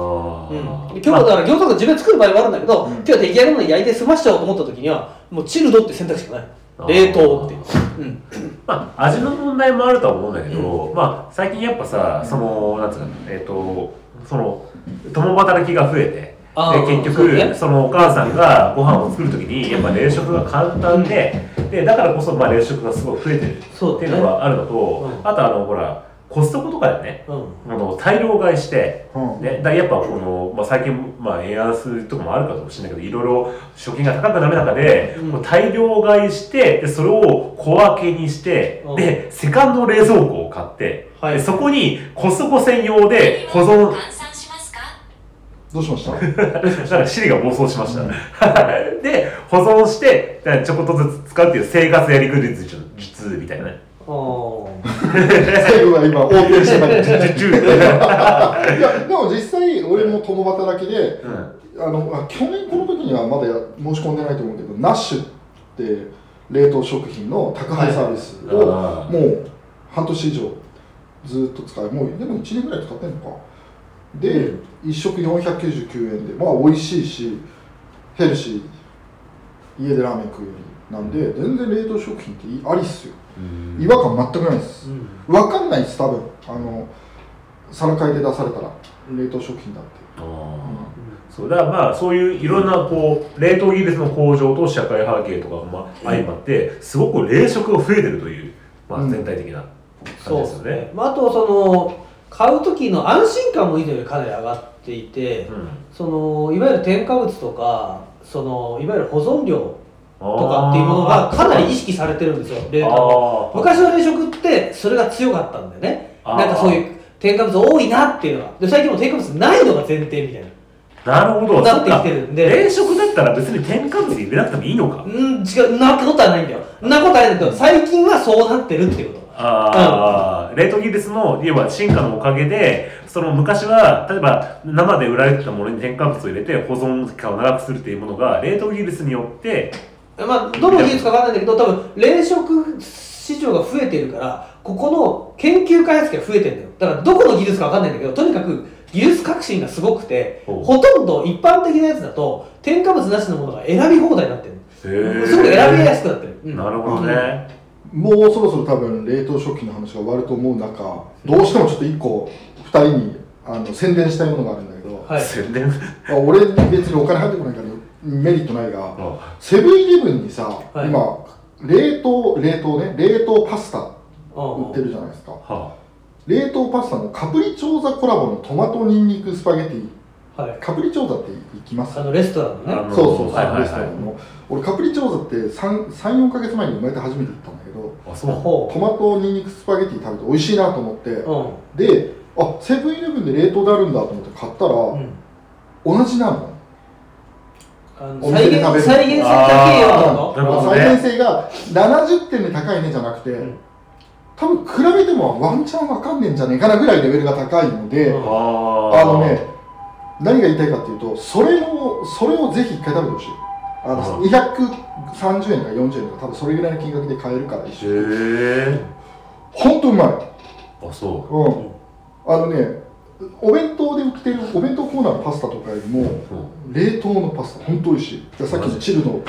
うん、
あ、
今日はだから餃子が自分で作る場合はあるんだけど、
うん
今日は出来上がるのに焼いて済ましちゃおうと思った時にはもうチルドって選択しか
あ
な
ー
い冷凍ってうん
まあ、味の問題もあるとは思うんだけど、まあ、最近やっぱさそのなんつうかえっ、とその共働きが増えて
あー
で結
そう
局そ,、
ね
のお母さんがご飯を作る時にやっぱ冷食が簡単で,、でだからこそまあ冷食がすごい増えてる
そう
っていうのがあるのと、
うん
あとあのほらコストコとかでね
うん
あの大量買いして
うん
ね、だからやっぱこの、まあ、最近、まあ、円安とかもあるかもしれないけどいろいろ食品が高くなる中で、
うん
もう大量買いしてでそれを小分けにして、
うん
でセカンド冷蔵庫を買って、
はい
でそこにコストコ専用で保存
換算しますか
どうしま (laughs) した
なんかシリが暴走しました、 (laughs) で保存してだからちょこっとずつ使うっていう生活やりくり術術みたいな
(laughs)
ね (laughs)
あー
最後は今横転してない
術う
(laughs) いやでも実際俺も共働きで
ん
あのあ去年この時にはまだや申し込んでないと思うけどナッシュって冷凍食品の宅配サービスを、
あー
もう半年以上ずっと使いもうでも1年ぐらい使ってんのかで、1食499円でまあ美味しいしヘルシー家でラーメン食うよりなんで全然冷凍食品っていいありっすよ違和感全くないです
うん
分かんないです多分あの皿買いで出されたら冷凍食品だって、
あーそうだからまあそういういろんなこう冷凍技術の向上と社会背景とかまあ相まってすごく冷食が増えてるという、ま
う
あ、
ん
全体的な
そ
感じで
うで
すよ
すね
ね。、
まあ、あとその買う時の安心感も以前よりかなり上がっていて
うん
そのいわゆる添加物とかそのいわゆる保存量とかっていうものがかなり意識されてるんですよ冷凍の
あー
昔の冷食ってそれが強かったんだよね
あー
なんかそういう添加物多いなっていうのがで最近も添加物ないのが前提みたいな
なるほど
なってきてるんで
そっか冷食だったら別に添加物入れなくてもいいのか
うん違うなったことはないんだよなことはないんだけど最近はそうなってるってこと
ああ、冷凍技術の要は進化のおかげでその昔は例えば生で売られてたものに添加物を入れて保存期間を長くするっていうものが冷凍技術によって
まあどの技術かわかんないんだけど多分冷食市場が増えてるからここの研究開発が増えてるんだよだからどこの技術かわかんないんだけどとにかく技術革新がすごくて
おう
ほとんど一般的なやつだと添加物なしのものが選び放題になってる
す
すごく選びやすくなってる、うん
なるほどね。
もうそろそろ多分冷凍食品の話が終わると思う中どうしてもちょっと1個2人にあの宣伝したいものがあるんだけど、
はい
宣伝。
まあ俺別にお金入ってこないからメリットないが
あ
セブンイレブンにさ、
い
今冷凍冷凍ね冷凍パスタ
うん
売ってるじゃないですか
は
冷凍パスタのカプリチョーザコラボのトマトニンニクスパゲティ
はい
カプリチョーザって行きます
あのレストラン
あ
のね
の
そうそうそう、
はいはいはい
レストランの俺カプリチョーザって34か月前に生まれて初めて行ったんだけど
あそう
ほ
トマトニンニクスパゲティ食べて美味しいなと思って、
ううん
であセブンイレブンで冷凍であるんだと思って買ったら、
うん
同じなの
あの
お
再
店
現
で食べる
再現性高いようなの
あーなるほど
再
ね
現性が70点で高いねじゃなくて、
うん
多分比べてもワンチャンわかんねえんじゃねえかなぐらいレベルが高いので、
うん
あ
あのね何が言いたいかっていうとそれをそれをぜひ一回食べてほしいあの、
う
230円とか40円とか多分それぐらいの金額で買えるから一
へ
緒
え
ほんとうまい
あそう
うんあのねお弁当で売ってるお弁当コーナーのパスタとかよりも冷凍のパスタほんと美味しいじゃあさっきのチルの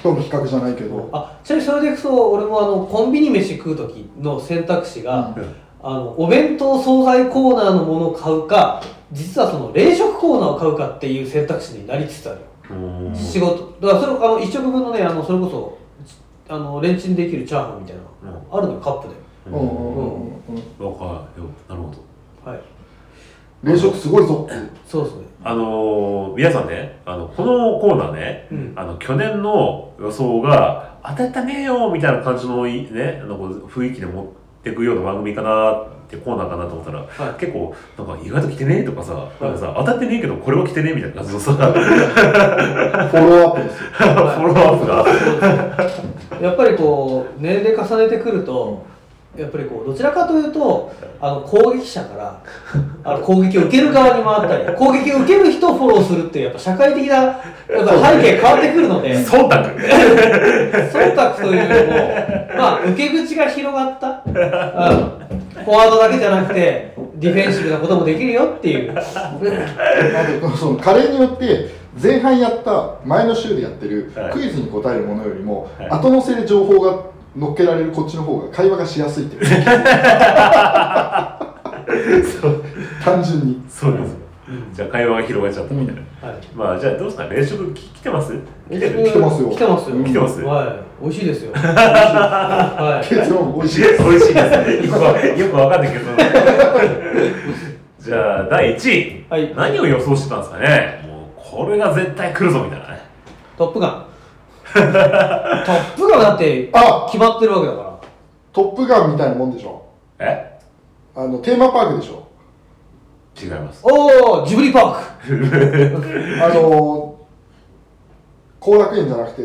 との比較じゃないけど
あちなみにそれでいくと俺もあのコンビニ飯食う時の選択肢が、
うん
あのお弁当惣菜コーナーのものを買うか実はその冷食コーナーを買うかっていう選択肢になりつつある、
うん
仕事だからそれあの一食分のねあのそれこそあのレンチンできるチャーハンみたいなの
うん
あるのよカップで
う
うんん
うん
わ
うんうん
かるよなるほど
はい
冷食すごいぞ
そうですね
あのー皆さんねあのこのコーナーね
うん
あの去年の予想が当たったねえよみたいな感じのいねあのこう雰囲気で持っていくような番組かなってコーナーかなと思ったら、
はい
結構なんか意外と来てねえとかさなんかさ当たってねえけどこれは来てねえみたいな感じのさフォ
フォローアッ
(laughs)
プですよ
ローアップが
やっぱりこう年齢重ねてくるとやっぱりこうどちらかというとあの攻撃者からあの攻撃を受ける側に
(laughs)
回ったり攻撃を受ける人をフォローするっていうやっぱ社会的なやっぱ背景変わってくるので
忖度
忖度というよりもまあ受け口が広がった、うん、フォワードだけじゃなくてディフェンシブなこともできるよっていう
あとそのカレーによって前半やった前の週でやってる
はい
クイズに答えるものよりも
はい
後乗せで情報が乗っけられるこっちの方が会話がしやすいって
(laughs)
いう
そう
単純に
そうですよじゃあ会話が広がっちゃったみたいな、
はい
まあじゃあどうですか冷食き来てます来てる
来てますよ
来てますよ
来てます
はい美味しいで
(laughs)
すよはい
結論美味しい
美味しいですよくわよくわかんないけどじゃあ第1位、
はい
何を予想してたんですかねもうこれが絶対来るぞみたいなね
トップガン (laughs) トップガンだって
あ
決まってるわけだから
トップガンみたいなもんでしょ
え
あのテーマパークでしょ
違います
おおジブリパーク
あの後楽園じゃなくて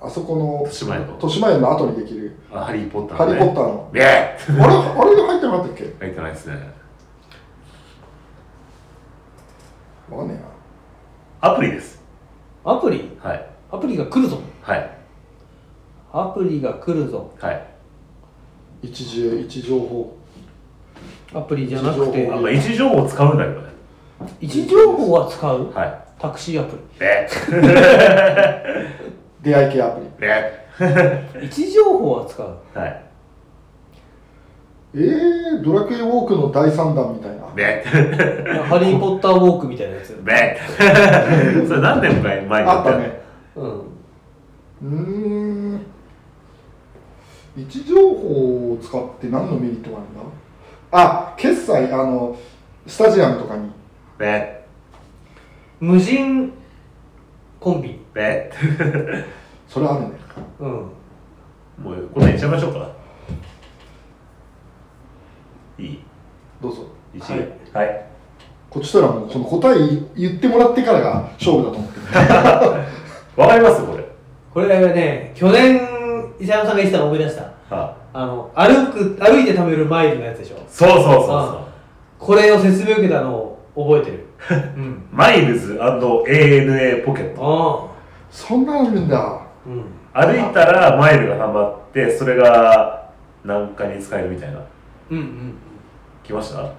あそこの
豊島園の
豊島園の後にできる
あハリー・ポッ
「
ター
ハ
の、
リ
ね、
ー・ポッター」の
イエー
あ
イ
れあれが入ってなかったっけ
入ってないですね
わかんね
アプリです
アプリ
はい
アプリが来るぞ
はい
アプリが来るぞ
はい
えな一時一情報
アプリじゃなくて
あまあ位置情報を使うんだけどね
位置情報は使う
はい
タクシーアプ
え
出会い系アプリ
ええ
リ位置情報は使う
えはい
えー、ドラクエウォークの第3弾みたいな
ええ
ハリー・ポッターウォークみたいなやつ
ええ (laughs) それ何年か前にや
あっ
った
た
の
ね
うん
うーん位置情報を使って何のメリットがあるんだあ決済あのスタジアムとかに
え
無人コンビニ
えええ
それあるね
うん
(laughs) もう答え言っちゃいましょうかいい
どうぞ
一位はい、
こっちとらもうこの答え言ってもらってからが勝負だと思ってる
わかりますこれ
これね去年伊沢さんが言ってたの思い出した
あ
あの歩く歩いて食べるマイルのやつでしょ
そうそうそうそう
あこれを説明受けたのを覚えてるうん
マイルズ &ANA ポケット
あ
そんなのあるんだ
あうん
歩いたらマイルが溜まってそれが何かに使えるみたいな
うんうん
来ました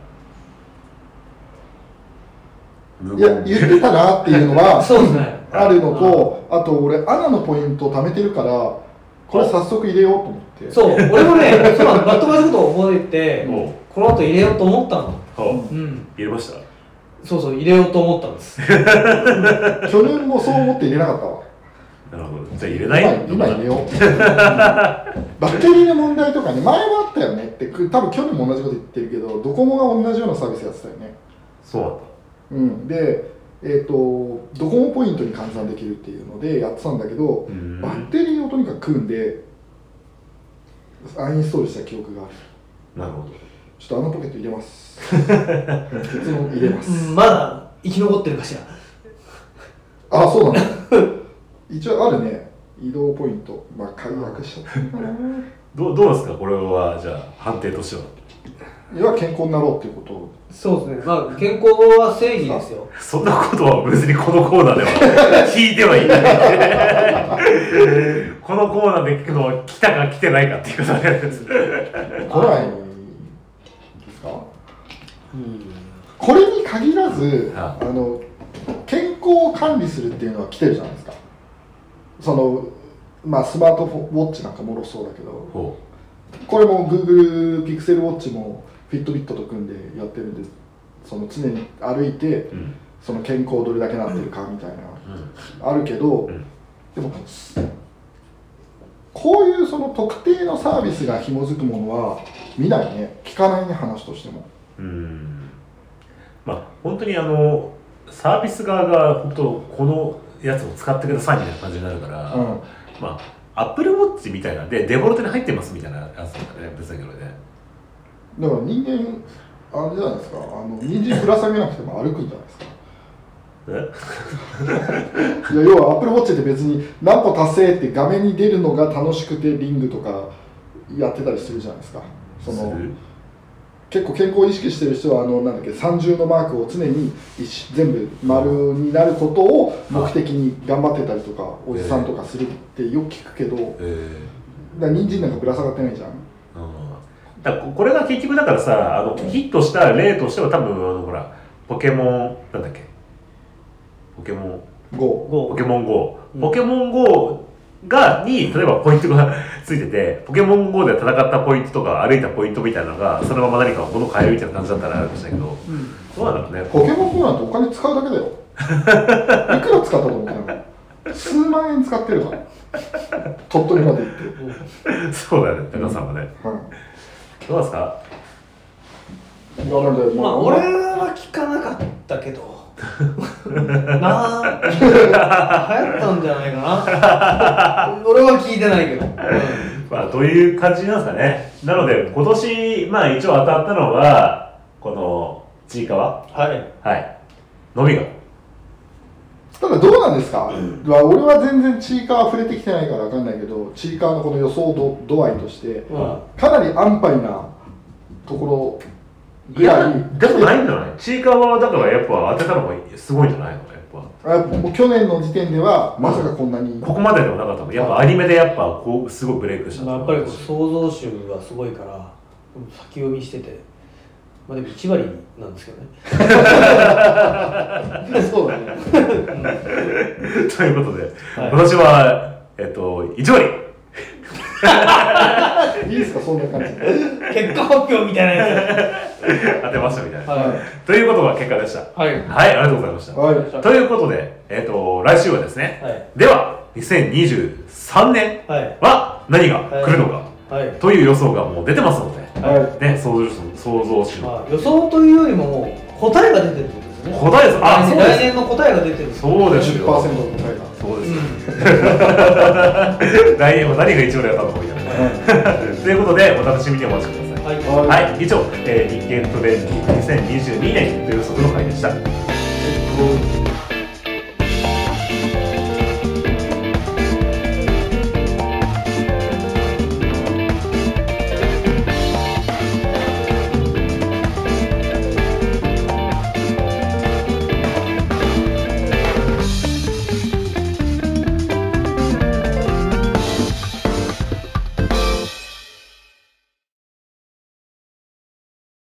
無
いや
言
言ってたなっていうのは
(laughs) そうですね
あるのとあと俺アナのポイントを貯めてるからこれ早速入れようと思って
そう俺もねそうなのバットマジックと覚えて
おう
この後入れようと思ったの
おう
うん
入れました
そうそう入れようと思ったんです
去年もそう思って入れなかったわ
なるほどじゃあ入れない
今今入れようバッテリーの問題とかね前はあったよねってく多分去年も同じこと言ってるけどドコモが同じようなサービスやってたよね
そうなんだ
うんでえっ、とドコモポイントに換算できるっていうのでやってたんだけど
うん
バッテリーをとにかく組んでアンインストールした記憶がある
なるほど
ちょっとあのポケット入れます
(laughs)
結論入れます
まだ生き残ってるかしら
あそうだね一応あるね移動ポイントまあ解約しちゃったのかな
どうどうですかこれはじゃあ判定としては (laughs)
要は健康になろうっていうことを
そうですねまあ健康は正義ですよ
そんなことは別にこのコーナーでは (laughs) 聞いてはいない (laughs) このコーナーで聞くのは来たか来てないかっていうことです
来ないですか
うん
これに限らず
は
あの健康を管理するっていうのは来てるじゃないですかそのまあスマートフォンウォッチなんかもろそうだけど
ほ
これも Google ピクセルウォッチもフィットビットと組んでやってるんですその常に歩いて
う、うん
その健康どれだけなってるかみたいな
うん、
あるけど、
ん
でもこういうその特定のサービスが紐づくものは見ないね聞かないね話としても
うんまあ本当にあのサービス側が本当このやつを使ってくださいみたいな感じになるから、
うん
まあアップルウォッチみたいなでデフォルトに入ってますみたいなやつとかね別だけどね
だから人間あれじゃないですかあの人参ぶら下げなくても歩くんじゃないですか
え
いや要はアップルウォッチって別に何歩達成って画面に出るのが楽しくてリングとかやってたりするじゃないですかその
する
結構健康を意識してる人はあのなんだっけ三重のマークを常に一全部丸になることを目的に頑張ってたりとかおじさんとかするってよく聞くけどだか
えー
ら人参なんかぶら下がってないじゃん
うんだからここれが結局だからさあのヒットした例としては多分あのほらポケモンなんだっけポケモン
5
GO
ポケモン GO、
うん
ポケモン GO がに例えばポイントがついててポケモン GO で戦ったポイントとか歩いたポイントみたいなのがそのまま何か物を買えるみたいな感じだったらあるかもしれないけど
うん
どうなんだろうね
ポケモン GO なんてお金使うだけだ
(laughs)
よいくら使ったと思ってんの数万円使ってるから鳥取まで行って、
そうだね高さんはね、
は
どうですか
い、いやなんで
まあ俺は聞かなかったけ (laughs) どなあ流行ったんじゃないかな俺は聞いてないけど、うん
まあ、という感じなんですかねなので今年まあ一応当たったのはこのちいかわ
はい
はいのみが
ただどうなんですか、まあ俺は全然チーカーは触れてきてないからわかんないけどチーカーのこの予想度度合いとして
うん
かなり安牌なところ
い
ぐら
や
い
でもないんじゃないちいかわはだからやっぱ当てたのがすごいんじゃないのやっぱ
あもう去年の時点ではまさかこんなに、
ここまででもなかったもんやっぱアニメでやっぱこうすごいブレイクした
まあ、やっぱりこう想像集がすごいから先読みしててまあでも1割なんですけどね
(laughs) そうだね
ということで、
はい
私はえっと1割
いいですかそんな感じで
結果発表みたいなや
当てましたみたい
つ
な、
は
ということが結果でした
いはい
はいありがとうございました、
はい
ということでえっと来週はですね、
はい
では2023年
はい
は何が来るのか、
はい、
という予想がもう出てますので、
は
ね、想像主想像主の
まあ、予想というよりももう答えが出てるってことですよね
答えですあ
来
そうで
年来
す
年の答えが出てる
そう
い
です
10%
よ
の答えが
そうですよ、来年は何が一応で当たったのかみたいなねということでお楽しみにお待ちください
はい
はい
はい、以上、えー、日経トレンディ2022年という予測の回でした。
えっと